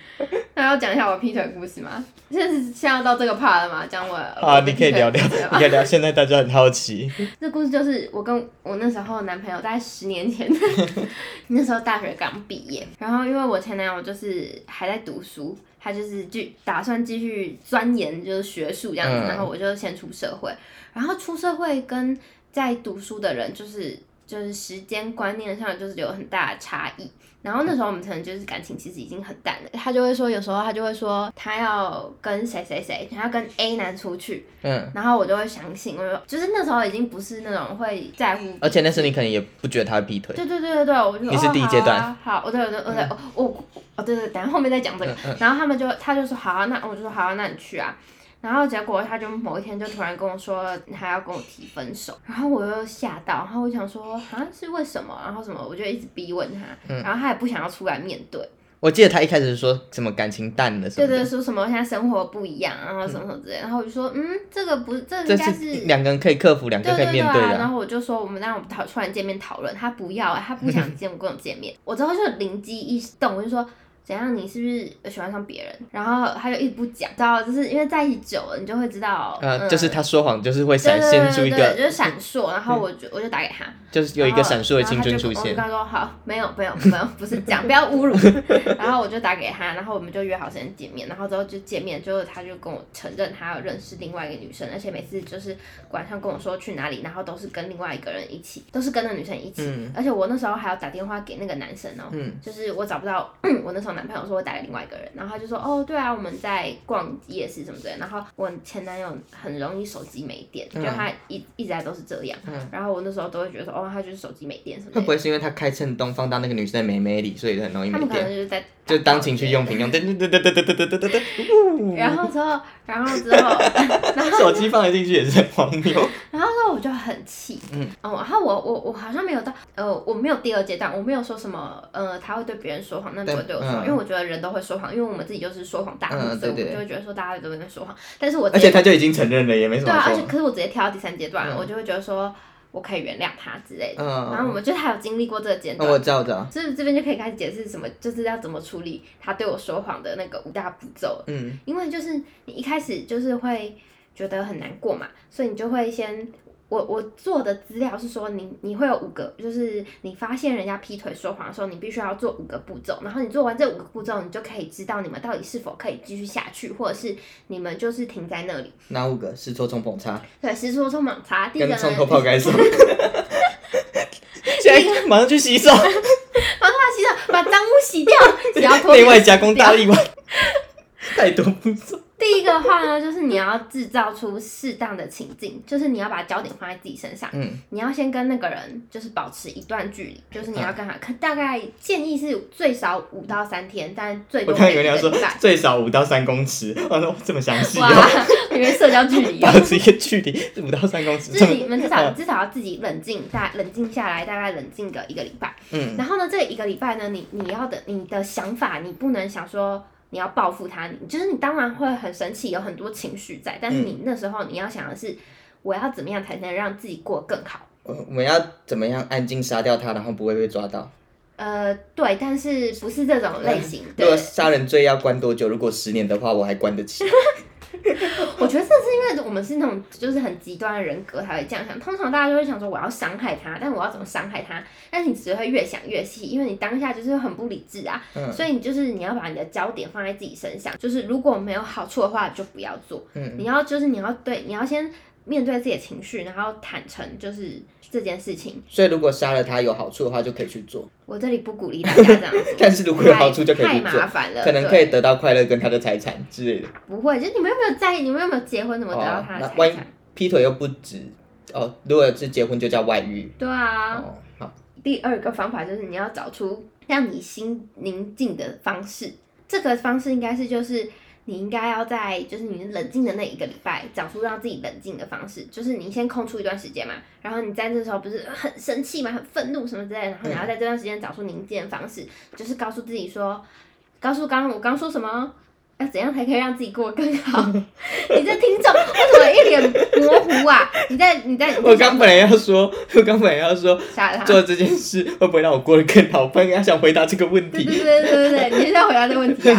[SPEAKER 1] 那要讲一下我劈腿故事吗？现在是现在要到这个 part 了吗？讲我
[SPEAKER 2] 啊，
[SPEAKER 1] 我的
[SPEAKER 2] 你可
[SPEAKER 1] 劈
[SPEAKER 2] 以
[SPEAKER 1] 腿
[SPEAKER 2] 聊聊，
[SPEAKER 1] 故事
[SPEAKER 2] 你
[SPEAKER 1] 吗
[SPEAKER 2] 可 以聊。现在大家很好奇，
[SPEAKER 1] 这故事就是我跟我那时候男朋友，大概十年前， 那时候大学刚毕业，然后因为我前男友就是还在读书，他就是就打算继续钻研就是学术这样子，
[SPEAKER 2] 嗯
[SPEAKER 1] 然后我就先出社会，然后出社会跟在读书的人就是就是时间观念上就是有很大的差异。然后那时候我们可能就是感情其实已经很淡了，他就会说有时候他就会说他要跟谁谁谁，他要跟 A 男出去，
[SPEAKER 2] 嗯，
[SPEAKER 1] 然后我就会相信，我就就是那时候已经不是那种会在乎。
[SPEAKER 2] 而且那时候你可能也不觉得他会劈腿，
[SPEAKER 1] 对对对对对，我就
[SPEAKER 2] 你是第一阶段嗯
[SPEAKER 1] 哦好啊、好，我对我对我对，我我哦对对，等一下后面再讲这个。然后他们就他就说好、啊，那我就说好、啊，那你去啊。然后结果他就某一天就突然跟我说他要跟我提分手，然后我又吓到，然后我想说啊是为什么？然后什么我就一直逼问他，
[SPEAKER 2] 嗯
[SPEAKER 1] 然后他也不想要出来面对。
[SPEAKER 2] 我记得他一开始说什么感情淡了什
[SPEAKER 1] 对
[SPEAKER 2] 么
[SPEAKER 1] 对，
[SPEAKER 2] 的，
[SPEAKER 1] 说什么现在生活不一样，然后什么什么之类的。然后我就说嗯，这个不是，这个
[SPEAKER 2] 这
[SPEAKER 1] 应该
[SPEAKER 2] 是
[SPEAKER 1] 是
[SPEAKER 2] 两个人可以克服，两个
[SPEAKER 1] 对
[SPEAKER 2] 人可
[SPEAKER 1] 对
[SPEAKER 2] 以面
[SPEAKER 1] 啊，
[SPEAKER 2] 对的
[SPEAKER 1] 然
[SPEAKER 2] 啊。
[SPEAKER 1] 后我就说我们让我们讨突然见面讨论，他不要、欸，他不 想见我跟我见面。我之后就灵机一动，我就说。怎样？你是不是喜欢上别人？然后他就一直不讲，知道就是因为在一起久了，你就会知道，
[SPEAKER 2] 呃，
[SPEAKER 1] 嗯
[SPEAKER 2] 就是他说谎，就是会
[SPEAKER 1] 对
[SPEAKER 2] 闪
[SPEAKER 1] 对
[SPEAKER 2] 现出
[SPEAKER 1] 对
[SPEAKER 2] 一
[SPEAKER 1] 对对，
[SPEAKER 2] 个，
[SPEAKER 1] 就是闪烁。然后我就我就打给他，
[SPEAKER 2] 就是有一个
[SPEAKER 1] 然后
[SPEAKER 2] 闪烁的
[SPEAKER 1] 然后
[SPEAKER 2] 青
[SPEAKER 1] 他
[SPEAKER 2] 春
[SPEAKER 1] 就
[SPEAKER 2] 出
[SPEAKER 1] 我就
[SPEAKER 2] 现
[SPEAKER 1] 跟。他说哦好，没有没有没有，不是这样，不要侮辱。 然后我就打给他，然后我们就约好时间见面，然后之后就见面，之后他就跟我承认他有认识另外一个女生，而且每次就是晚上跟我说去哪里，然后都是跟另外一个人一起，都是跟那女生一起。
[SPEAKER 2] 嗯
[SPEAKER 1] 而且我那时候还要打电话给那个男生哦、
[SPEAKER 2] 嗯
[SPEAKER 1] 就是我找不到嗯我那时候男朋友，说我打给另外一个人，然后他就说哦，对啊，我们在逛夜市什么之类的。然后我前男友很容易手机没电，
[SPEAKER 2] 嗯
[SPEAKER 1] 就他一一直来都是这样。
[SPEAKER 2] 嗯
[SPEAKER 1] 然后我那时候都会觉得说哦，他就是手机没电什么之
[SPEAKER 2] 会
[SPEAKER 1] 类
[SPEAKER 2] 不
[SPEAKER 1] 的。
[SPEAKER 2] 会是因为他开衬东放到那个女生的美眉里，所以很容易
[SPEAKER 1] 他
[SPEAKER 2] 没
[SPEAKER 1] 们可能
[SPEAKER 2] 电？
[SPEAKER 1] 就是在
[SPEAKER 2] 就当情趣用品用，对对对对对对对对对对，嗯
[SPEAKER 1] 然后之后，然后之 后，
[SPEAKER 2] 手机放得进去也是很荒谬。
[SPEAKER 1] 然后之后我就很气，
[SPEAKER 2] 嗯
[SPEAKER 1] 嗯，哦，然后我我我好像没有到，呃，我没有第二阶段，我没有说什么，呃，他会对别人说谎，那不会
[SPEAKER 2] 对
[SPEAKER 1] 对我说谎，
[SPEAKER 2] 嗯
[SPEAKER 1] 因为我觉得人都会说谎，因为我们自己就是说谎大户，
[SPEAKER 2] 嗯
[SPEAKER 1] 所以我
[SPEAKER 2] 对对
[SPEAKER 1] 们就会觉得说大家都在那说谎，但是我直
[SPEAKER 2] 而
[SPEAKER 1] 接
[SPEAKER 2] 且他就已经承认了，也没什
[SPEAKER 1] 对
[SPEAKER 2] 么
[SPEAKER 1] 啊，
[SPEAKER 2] 好
[SPEAKER 1] 而且
[SPEAKER 2] 说。
[SPEAKER 1] 可是我直接跳到第三阶段，
[SPEAKER 2] 嗯
[SPEAKER 1] 我就会觉得说我可以原谅他之类的，
[SPEAKER 2] 嗯
[SPEAKER 1] 然后我们就还有经历过这个阶
[SPEAKER 2] 那
[SPEAKER 1] 段，
[SPEAKER 2] 我知道，我知道。
[SPEAKER 1] 所以这边就可以开始解释什么，就是要怎么处理他对我说谎的那个五大步骤。
[SPEAKER 2] 嗯，
[SPEAKER 1] 因为就是你一开始就是会觉得很难过嘛，所以你就会先。我我做的资料是说你，你会有五个，就是你发现人家劈腿说谎的时候，你必须要做五个步骤，然后你做完这五个步骤，你就可以知道你们到底是否可以继续下去，或者是你们就是停在那里。
[SPEAKER 2] 哪五个？是做冲捧叉，
[SPEAKER 1] 对，实说冲猛茶，第一个
[SPEAKER 2] 跟
[SPEAKER 1] 呢，
[SPEAKER 2] 冲头泡开 手。现在马上去洗手。
[SPEAKER 1] 把 它洗手，把脏污洗掉，只要 脱离
[SPEAKER 2] 内外夹攻大力丸，太多步骤。
[SPEAKER 1] 第一个话呢，就是你要制造出适当的情境，就是你要把焦点放在自己身上。
[SPEAKER 2] 嗯，
[SPEAKER 1] 你要先跟那个人就是保持一段距离，就是你要
[SPEAKER 2] 嗯
[SPEAKER 1] 跟他，可大概建议是最少五到三天，但最
[SPEAKER 2] 我
[SPEAKER 1] 多
[SPEAKER 2] 看有
[SPEAKER 1] 一
[SPEAKER 2] 人要
[SPEAKER 1] 个
[SPEAKER 2] 说
[SPEAKER 1] 礼拜。
[SPEAKER 2] 最少五到三公尺，我说这么详细
[SPEAKER 1] 哇
[SPEAKER 2] 哦，，
[SPEAKER 1] 因为社交距离 哦
[SPEAKER 2] 保。持一个距离五到三公尺，
[SPEAKER 1] 就是
[SPEAKER 2] 这
[SPEAKER 1] 你
[SPEAKER 2] 么
[SPEAKER 1] 们至少至少要自己冷静，大冷静下来，大概冷静个一个礼拜。
[SPEAKER 2] 嗯
[SPEAKER 1] 然后呢，这一个礼拜呢，你你要的你的想法，你不能想说你要报复他，你就是你当然会很生气，有很多情绪在，但是你那时候你要想的是，我要怎么样才能让自己过得更好？
[SPEAKER 2] 我我们要怎么样安静杀掉他，然后不会被抓到？
[SPEAKER 1] 呃，对，但是不是这种类型？
[SPEAKER 2] 如
[SPEAKER 1] 对，
[SPEAKER 2] 果杀人罪要关多久？如果十年的话，我还关得 起。
[SPEAKER 1] 我觉得这是因为我们是那种就是很极端的人格才会这样想。通常大家就会想说我要伤害他，但我要怎么伤害他？但是你只会越想越细，因为你当下就是很不理智啊。
[SPEAKER 2] 嗯
[SPEAKER 1] 所以你就是你要把你的焦点放在自己身上，就是如果没有好处的话就不要做。
[SPEAKER 2] 嗯
[SPEAKER 1] 你要就是你要对你要先面对自己的情绪，然后坦诚就是这件事情。
[SPEAKER 2] 所以如果杀了他有好处的话，就可以去做。，
[SPEAKER 1] 我这里不鼓励大家这样做
[SPEAKER 2] 但 是如果有好处就可以
[SPEAKER 1] 太
[SPEAKER 2] 去
[SPEAKER 1] 太
[SPEAKER 2] 做
[SPEAKER 1] 麻烦了，
[SPEAKER 2] 可能
[SPEAKER 1] 对
[SPEAKER 2] 可以得到快乐跟他的财产之类的。
[SPEAKER 1] 不会，就是你们有没有在意，你们有没有结婚，怎么得到
[SPEAKER 2] 哦
[SPEAKER 1] 他
[SPEAKER 2] 那
[SPEAKER 1] 的财
[SPEAKER 2] 万一
[SPEAKER 1] 产？
[SPEAKER 2] 劈腿又不止哦，如果是结婚就叫外遇。
[SPEAKER 1] 对啊，
[SPEAKER 2] 哦，好，
[SPEAKER 1] 第二个方法就是你要找出让你心宁静的方式。这个方式应该是就是你应该要在就是你冷静的那一个礼拜，找出让自己冷静的方式。就是你先空出一段时间嘛，然后你在这时候不是很生气嘛，很愤怒什么之类的，然后你要在这段时间找出宁静的方式，就是告诉自己说，告诉刚刚我刚说什么。要怎样才可以让自己过得更好？ 你这听众为什么一脸模糊啊？你在你在你在
[SPEAKER 2] 我刚本来要说，我刚本来要说
[SPEAKER 1] 吓他
[SPEAKER 2] 做这件事会不会让我过得更好，本来想回答这个问
[SPEAKER 1] 对
[SPEAKER 2] 题，
[SPEAKER 1] 对对对对对，你现在回答这个问题、啊。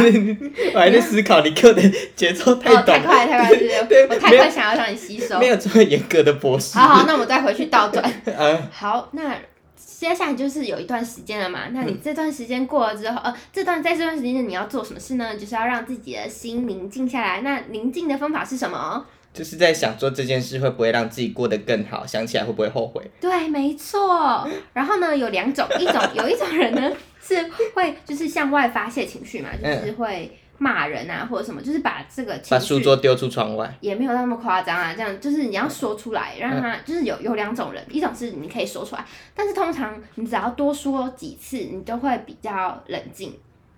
[SPEAKER 2] 我还在思考你给我的节奏 太
[SPEAKER 1] 哦，太
[SPEAKER 2] 短，
[SPEAKER 1] 快太快， 是不
[SPEAKER 2] 对
[SPEAKER 1] 是？我太
[SPEAKER 2] 没有
[SPEAKER 1] 快想要让你吸收
[SPEAKER 2] 没。有这么严格的博士。
[SPEAKER 1] 好好，那我们再回去倒转。
[SPEAKER 2] 啊，
[SPEAKER 1] 好，那接下来就是有一段时间了嘛，那
[SPEAKER 2] 嗯
[SPEAKER 1] 你这段时间过了之后，呃，这段在这段时间你要做什么事呢？就是要让自己的心宁静下来。那宁静的方法是什么？
[SPEAKER 2] 就是在想做这件事会不会让自己过得更好，想起来会不会后悔？
[SPEAKER 1] 对，没错。然后呢，有两 种，一种有一种人呢是会就是向外发泄情绪嘛，就是会骂人啊或者什么，就是把这个情
[SPEAKER 2] 嗯把
[SPEAKER 1] 绪
[SPEAKER 2] 书桌丢出窗外。
[SPEAKER 1] 也没有那么夸张啊，这样就是你要说出来，让他就是有有两种人，一种是你可以说出来，但是通常你只要多说几次，你就会比较冷静。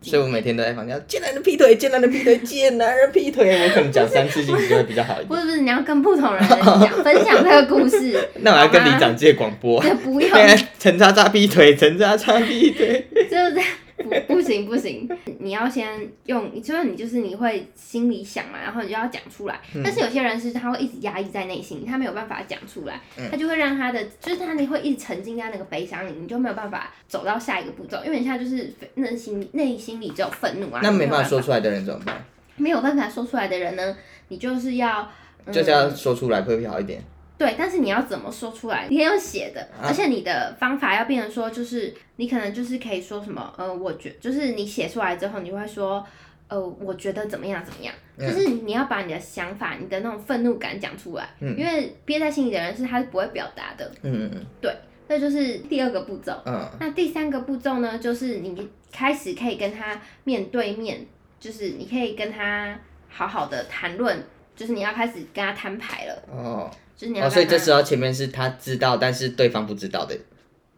[SPEAKER 2] 所以我每天都在房间，贱男人劈腿，贱男人劈腿，贱男人 劈腿。我可能讲三次性就会比较好一
[SPEAKER 1] 不
[SPEAKER 2] 点。
[SPEAKER 1] 是不是，你要跟不同人讲分享这个故 事，
[SPEAKER 2] 那我要跟
[SPEAKER 1] 好
[SPEAKER 2] 你
[SPEAKER 1] 吗
[SPEAKER 2] 讲借广播。
[SPEAKER 1] 这 不用，
[SPEAKER 2] 哎陈渣渣劈腿，陈渣渣劈腿。
[SPEAKER 1] 就是不不 行不行，你要先用，就是你就是你会心里想嘛，然后你就要讲出来。
[SPEAKER 2] 嗯
[SPEAKER 1] 但是有些人是他会一直压抑在内心，他没有办法讲出来，
[SPEAKER 2] 嗯
[SPEAKER 1] 他就会让他的就是他你会一直沉浸在那个悲伤里，你就没有办法走到下一个步骤，因为你现在就是内心内心里只有愤怒啊，
[SPEAKER 2] 那
[SPEAKER 1] 你
[SPEAKER 2] 没
[SPEAKER 1] 有
[SPEAKER 2] 办
[SPEAKER 1] 办
[SPEAKER 2] 法说出来的人怎么办？
[SPEAKER 1] 没有办法说出来的人呢，你就是要。嗯
[SPEAKER 2] 就是要说出来会好一点。
[SPEAKER 1] 对，但是你要怎么说出来？你要写的，
[SPEAKER 2] 啊
[SPEAKER 1] 而且你的方法要变成说，就是你可能就是可以说什么，呃，我觉就是你写出来之后，你会说，呃，我觉得怎么样怎么样，
[SPEAKER 2] 嗯
[SPEAKER 1] 就是你要把你的想法、你的那种愤怒感讲出来，因为憋在心里的人是他是不会表达的，
[SPEAKER 2] 嗯嗯
[SPEAKER 1] 这就是第二个步骤。
[SPEAKER 2] 嗯，
[SPEAKER 1] 那第三个步骤呢，就是你开始可以跟他面对面，就是你可以跟他好好的谈论，就是你要开始跟他摊牌了，
[SPEAKER 2] 哦
[SPEAKER 1] 就是你要
[SPEAKER 2] 哦，
[SPEAKER 1] 跟
[SPEAKER 2] 所以
[SPEAKER 1] 他
[SPEAKER 2] 这时候前面是他知道，但是对方不知道的。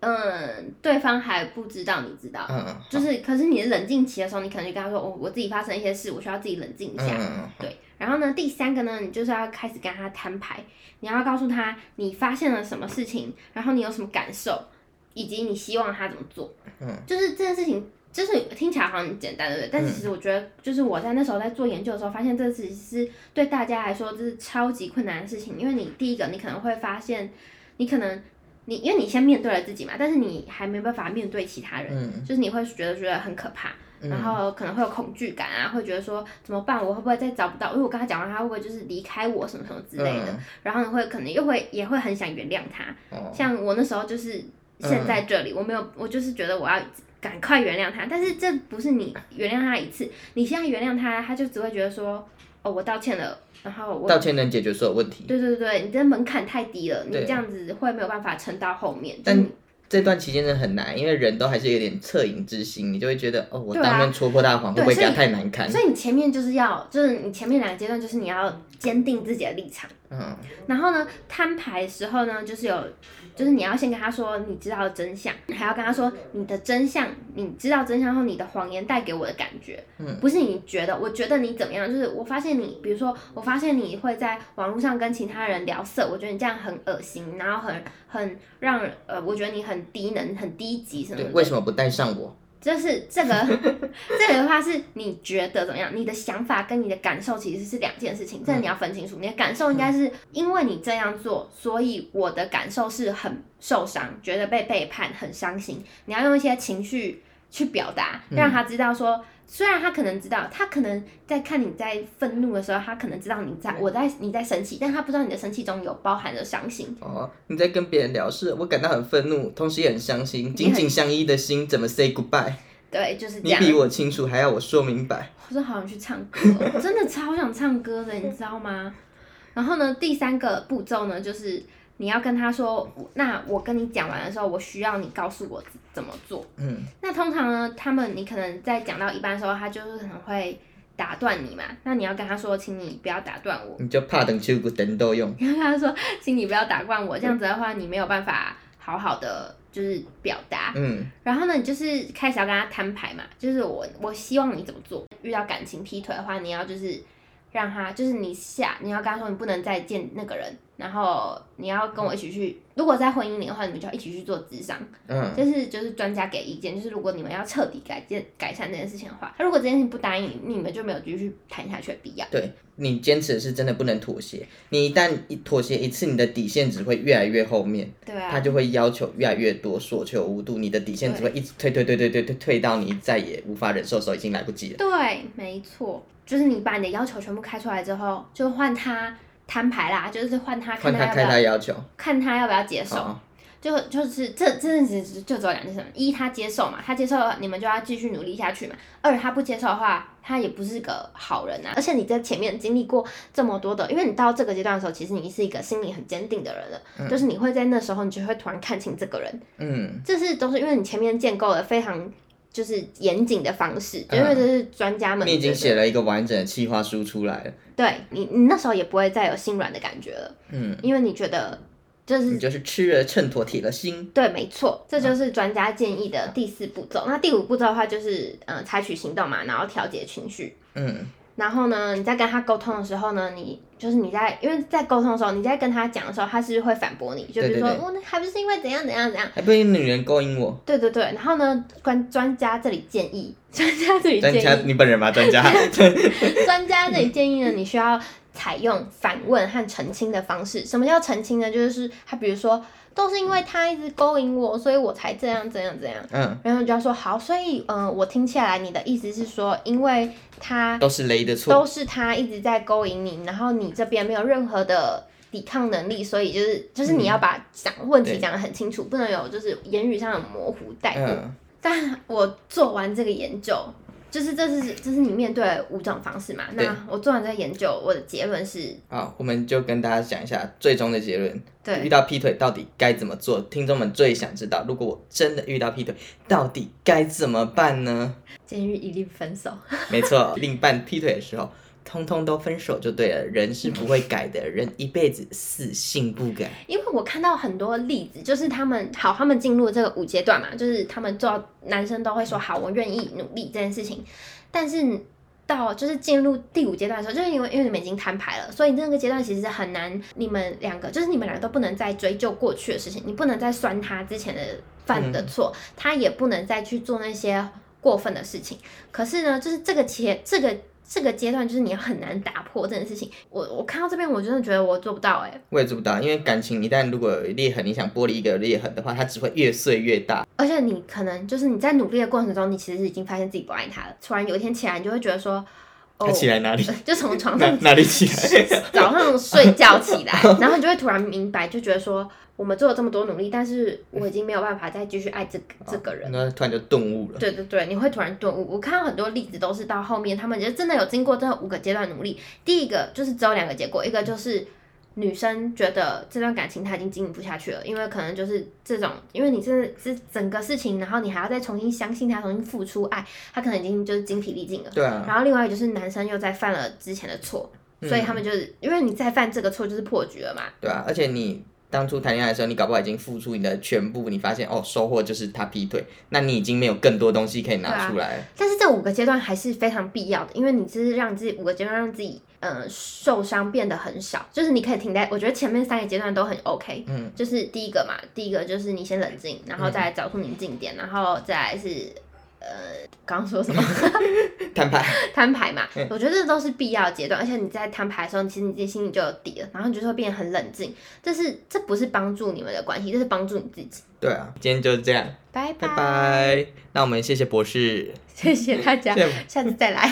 [SPEAKER 1] 嗯，对方还不知道你知道，
[SPEAKER 2] 嗯嗯
[SPEAKER 1] 就是可是你的冷静期的时候，你可能就跟他说，哦我、我自己发生一些事，我需要自己冷静一
[SPEAKER 2] 嗯
[SPEAKER 1] 下。
[SPEAKER 2] 嗯
[SPEAKER 1] 对，然后呢，第三个呢，你就是要开始跟他摊牌，你要告诉他你发现了什么事情，然后你有什么感受，以及你希望他怎么做。
[SPEAKER 2] 嗯，
[SPEAKER 1] 就是这件事情，就是听起来好像很简单，对不对？但是其实我觉得，就是我在那时候在做研究的时候，发现这其实是对大家来说这是超级困难的事情，因为你第一个，你可能会发现，你可能你因为你先面对了自己嘛，但是你还没办法面对其他人。
[SPEAKER 2] 嗯
[SPEAKER 1] 就是你会觉得觉得很可怕，
[SPEAKER 2] 嗯
[SPEAKER 1] 然后可能会有恐惧感啊，会觉得说怎么办，我会不会再找不到？因为我跟他讲完，他会不会就是离开我什么什么之类的？
[SPEAKER 2] 嗯
[SPEAKER 1] 然后你会可能又会也会很想原谅他。
[SPEAKER 2] 哦嗯
[SPEAKER 1] 像我那时候就是现在这里，我没有，我就是觉得我要赶快原谅他，但是这不是你原谅他一次，你现在原谅他，他就只会觉得说哦，我道歉了，然后我
[SPEAKER 2] 道歉能解决所有问题，
[SPEAKER 1] 对对对，你这门槛太低了，你
[SPEAKER 2] 对
[SPEAKER 1] 这样子会没有办法撑到后面。
[SPEAKER 2] 但
[SPEAKER 1] 就是
[SPEAKER 2] 这段期间真的很难，因为人都还是有点恻隐之心，你就会觉得哦，我
[SPEAKER 1] 对啊
[SPEAKER 2] 当面戳破他的谎会
[SPEAKER 1] 对
[SPEAKER 2] 不会给他
[SPEAKER 1] 所以
[SPEAKER 2] 太难堪？
[SPEAKER 1] 所以你前面就是要，就是你前面两个阶段，就是你要坚定自己的立场。
[SPEAKER 2] 嗯，
[SPEAKER 1] 然后呢，摊牌的时候呢，就是有，就是你要先跟他说你知道真相，还要跟他说你的真相，你知道真相后你的谎言带给我的感觉，
[SPEAKER 2] 嗯
[SPEAKER 1] 不是你觉得，我觉得你怎么样，就是我发现你，比如说我发现你会在网络上跟其他人聊色，我觉得你这样很恶心，然后很很让人呃，我觉得你很低能、很低级什么
[SPEAKER 2] 对，
[SPEAKER 1] 的，
[SPEAKER 2] 为什么不带上我？
[SPEAKER 1] 就是这个， 这个的话是你觉得怎么样？你的想法跟你的感受其实是两件
[SPEAKER 2] 嗯
[SPEAKER 1] 事情，这个你要分清楚。你的感受应该是因为你这样做，所以我的感受是很受伤，觉得被背叛，很伤心。你要用一些情绪去表达，
[SPEAKER 2] 嗯
[SPEAKER 1] 让他知道说，虽然他可能知道，他可能在看你在愤怒的时候，他可能知道你
[SPEAKER 2] 嗯
[SPEAKER 1] 在我在你在生气，但他不知道你的生气中有包含着伤心。
[SPEAKER 2] 哦，你在跟别人聊事，我感到很愤怒，同时也很伤心。
[SPEAKER 1] 很
[SPEAKER 2] 紧紧相依的心怎么 say goodbye？
[SPEAKER 1] 对，就是这
[SPEAKER 2] 你
[SPEAKER 1] 样。
[SPEAKER 2] 比我清楚，还要我说明白。
[SPEAKER 1] 我真的好想去唱歌，我真的超想唱歌的，你知道吗？然后呢，第三个步骤呢，就是你要跟他说，那我跟你讲完的时候，我需要你告诉我怎么做。
[SPEAKER 2] 嗯，
[SPEAKER 1] 那通常呢，他们你可能在讲到一半的时候，他就是可能会打断你嘛，那你要跟他说，请你不要打断我。
[SPEAKER 2] 你就怕等秋谷等都用。
[SPEAKER 1] 你要跟他说，请你不要打断我，这样子的话，你没有办法好好的就是表达。
[SPEAKER 2] 嗯，
[SPEAKER 1] 然后呢，你就是开始要跟他摊牌嘛，就是我我希望你怎么做。遇到感情劈腿的话，你要就是让他，就是你下你要跟他说你不能再见那个人，然后你要跟我一起去。如果在婚姻里的话，你们就要一起去做智商，
[SPEAKER 2] 嗯，
[SPEAKER 1] 就是就是专家给意见，就是如果你们要彻底改建改善这件事情的话，他如果这件事情不答应你，你们就没有继续谈下去的必要。
[SPEAKER 2] 对你坚持的是真的不能妥协。你一旦一妥协一次，你的底线只会越来越后面，
[SPEAKER 1] 对啊
[SPEAKER 2] 他，就会要求越来越多，索求无度。你的底线只会一直退退退退退退退到你再也无法忍受的时候，已经来不及了。
[SPEAKER 1] 对，没错，就是你把你的要求全部开出来之后，就换他摊牌啦，就是换他看
[SPEAKER 2] 换
[SPEAKER 1] 他
[SPEAKER 2] 他
[SPEAKER 1] 要不
[SPEAKER 2] 开他
[SPEAKER 1] 要
[SPEAKER 2] 要求。
[SPEAKER 1] 看他要不要接受。
[SPEAKER 2] 好，
[SPEAKER 1] 就就是这这阵子就只有两件事，一他接受嘛，他接受你们就要继续努力下去嘛。二他不接受的话，他也不是个好人啊。而且你在前面经历过这么多的，因为你到这个阶段的时候，其实你是一个心理很坚定的人了，就是你会在那时候，你就会突然看清这个人，
[SPEAKER 2] 嗯，
[SPEAKER 1] 这是都是因为你前面建构了非常就是严谨的方式，就因为
[SPEAKER 2] 嗯
[SPEAKER 1] 这是专家们
[SPEAKER 2] 你已经
[SPEAKER 1] 觉得
[SPEAKER 2] 写了一个完整的企划书出来了。
[SPEAKER 1] 对你，你那时候也不会再有心软的感觉了，
[SPEAKER 2] 嗯，
[SPEAKER 1] 因为你觉得就是
[SPEAKER 2] 你就是吃了秤砣铁了心。
[SPEAKER 1] 对，没错，
[SPEAKER 2] 嗯
[SPEAKER 1] 这就是专家建议的第四步骤。那第五步骤的话，就是呃，采取行动嘛，然后调节情绪。
[SPEAKER 2] 嗯，
[SPEAKER 1] 然后呢，你在跟他沟通的时候呢，你就是你在因为在沟通的时候，你在跟他讲的时候，他是会反驳你，就比如说，
[SPEAKER 2] 对对对
[SPEAKER 1] 哦，那还不是因为怎样怎样怎样。
[SPEAKER 2] 还被女人勾引我。
[SPEAKER 1] 对对对，然后呢，专专家这里建议，专家这里
[SPEAKER 2] 专
[SPEAKER 1] 建
[SPEAKER 2] 家，
[SPEAKER 1] 议，
[SPEAKER 2] 你本人 吧，专家。
[SPEAKER 1] 专家这里建议呢，你需要采用反问和澄清的方式。什么叫澄清呢？就是他比如说，都是因为他一直勾引我，所以我才这样怎样怎样。
[SPEAKER 2] 嗯，
[SPEAKER 1] 然后你就要说好，所以嗯、呃我听起来你的意思是说，因为他
[SPEAKER 2] 都是雷的错。
[SPEAKER 1] 都是他一直在勾引你，然后你这边没有任何的抵抗能力，所以就是就是你要把讲问题
[SPEAKER 2] 嗯对
[SPEAKER 1] 讲得很清楚，不能有就是言语上的模糊带过。
[SPEAKER 2] 嗯，
[SPEAKER 1] 但我做完这个研究，就是这是这是你面对的五种方式嘛？
[SPEAKER 2] 对
[SPEAKER 1] 那我做完这个研究，我的结论是
[SPEAKER 2] 好，我们就跟大家讲一下最终的结论。遇
[SPEAKER 1] 对。
[SPEAKER 2] 到劈腿到底该怎么做？听众们最想知道，如果我真的遇到劈腿，到底该怎么办呢？
[SPEAKER 1] 监狱一律分手。
[SPEAKER 2] 没错，另一半劈腿的时候，通通都分手就对了。人是不会改的，人一辈子死性不改。
[SPEAKER 1] 因为我看到很多例子，就是他们好，他们进入这个五阶段嘛，就是他们做到男生都会说好，我愿意努力这件事情，但是到就是进入第五阶段的时候，就是因为因为你们已经摊牌了，所以那个阶段其实很难，你们两个就是你们两个都不能再追究过去的事情，你不能再酸他之前的犯的错，他也不能再去做那些过分的事情。可是呢，就是这个阶这个。这个阶段就是你很难打破这件事情，我我看到这边我真的觉得我做不到哎、
[SPEAKER 2] 我也做不到，因为感情一旦如果有裂痕，你想剥离一个裂痕的话，它只会越碎越大。
[SPEAKER 1] 而且你可能就是你在努力的过程中，你其实已经发现自己不爱他了。突然有一天起来，你就会觉得说，哦
[SPEAKER 2] 它，起来哪里？
[SPEAKER 1] 就从床
[SPEAKER 2] 哪
[SPEAKER 1] 上
[SPEAKER 2] 哪里起来？
[SPEAKER 1] 早上睡觉起 来，然后你就会突然明白，就觉得说，我们做了这么多努力，但是我已经没有办法再继续爱这个
[SPEAKER 2] 哦
[SPEAKER 1] 这个人。
[SPEAKER 2] 那突然就顿悟了。
[SPEAKER 1] 对对对，你会突然顿悟。我看到很多例子都是到后面，他们就真的有经过这五个阶段努力。第一个就是只有两个结果，一个就是女生觉得这段感情她已经经营不下去了，因为可能就是这种，因为你这这整个事情，然后你还要再重新相信他，重新付出爱，他可能已经就是精疲力尽了。
[SPEAKER 2] 对啊，
[SPEAKER 1] 然后另外就是男生又在犯了之前的错，所以他们就是、因为你再犯这个错就是破局了嘛。
[SPEAKER 2] 对啊，而且你当初谈恋爱的时候，你搞不好已经付出你的全部，你发现哦，收获就是他劈腿，那你已经没有更多东西可以
[SPEAKER 1] 啊
[SPEAKER 2] 拿出来了。
[SPEAKER 1] 但是这五个阶段还是非常必要的，因为你这是让自己五个阶段让自己呃受伤变得很少，就是你可以停在，我觉得前面三个阶段都很 OK，
[SPEAKER 2] 嗯，
[SPEAKER 1] 就是第一个嘛，第一个就是你先冷静，然后再来找出宁静点，然后再来是。呃，刚刚说什么
[SPEAKER 2] 摊牌，
[SPEAKER 1] 摊牌嘛？我觉得这都是必要的阶段，而且你在摊牌的时候，其实你自己心里就有底了，然后你就会变得很冷静。这是这不是帮助你们的关系，这是帮助你自己。
[SPEAKER 2] 对啊，今天就是这样，
[SPEAKER 1] 拜
[SPEAKER 2] 拜拜。那我们谢谢博士，
[SPEAKER 1] 谢谢大家
[SPEAKER 2] 谢谢，
[SPEAKER 1] 下次再来。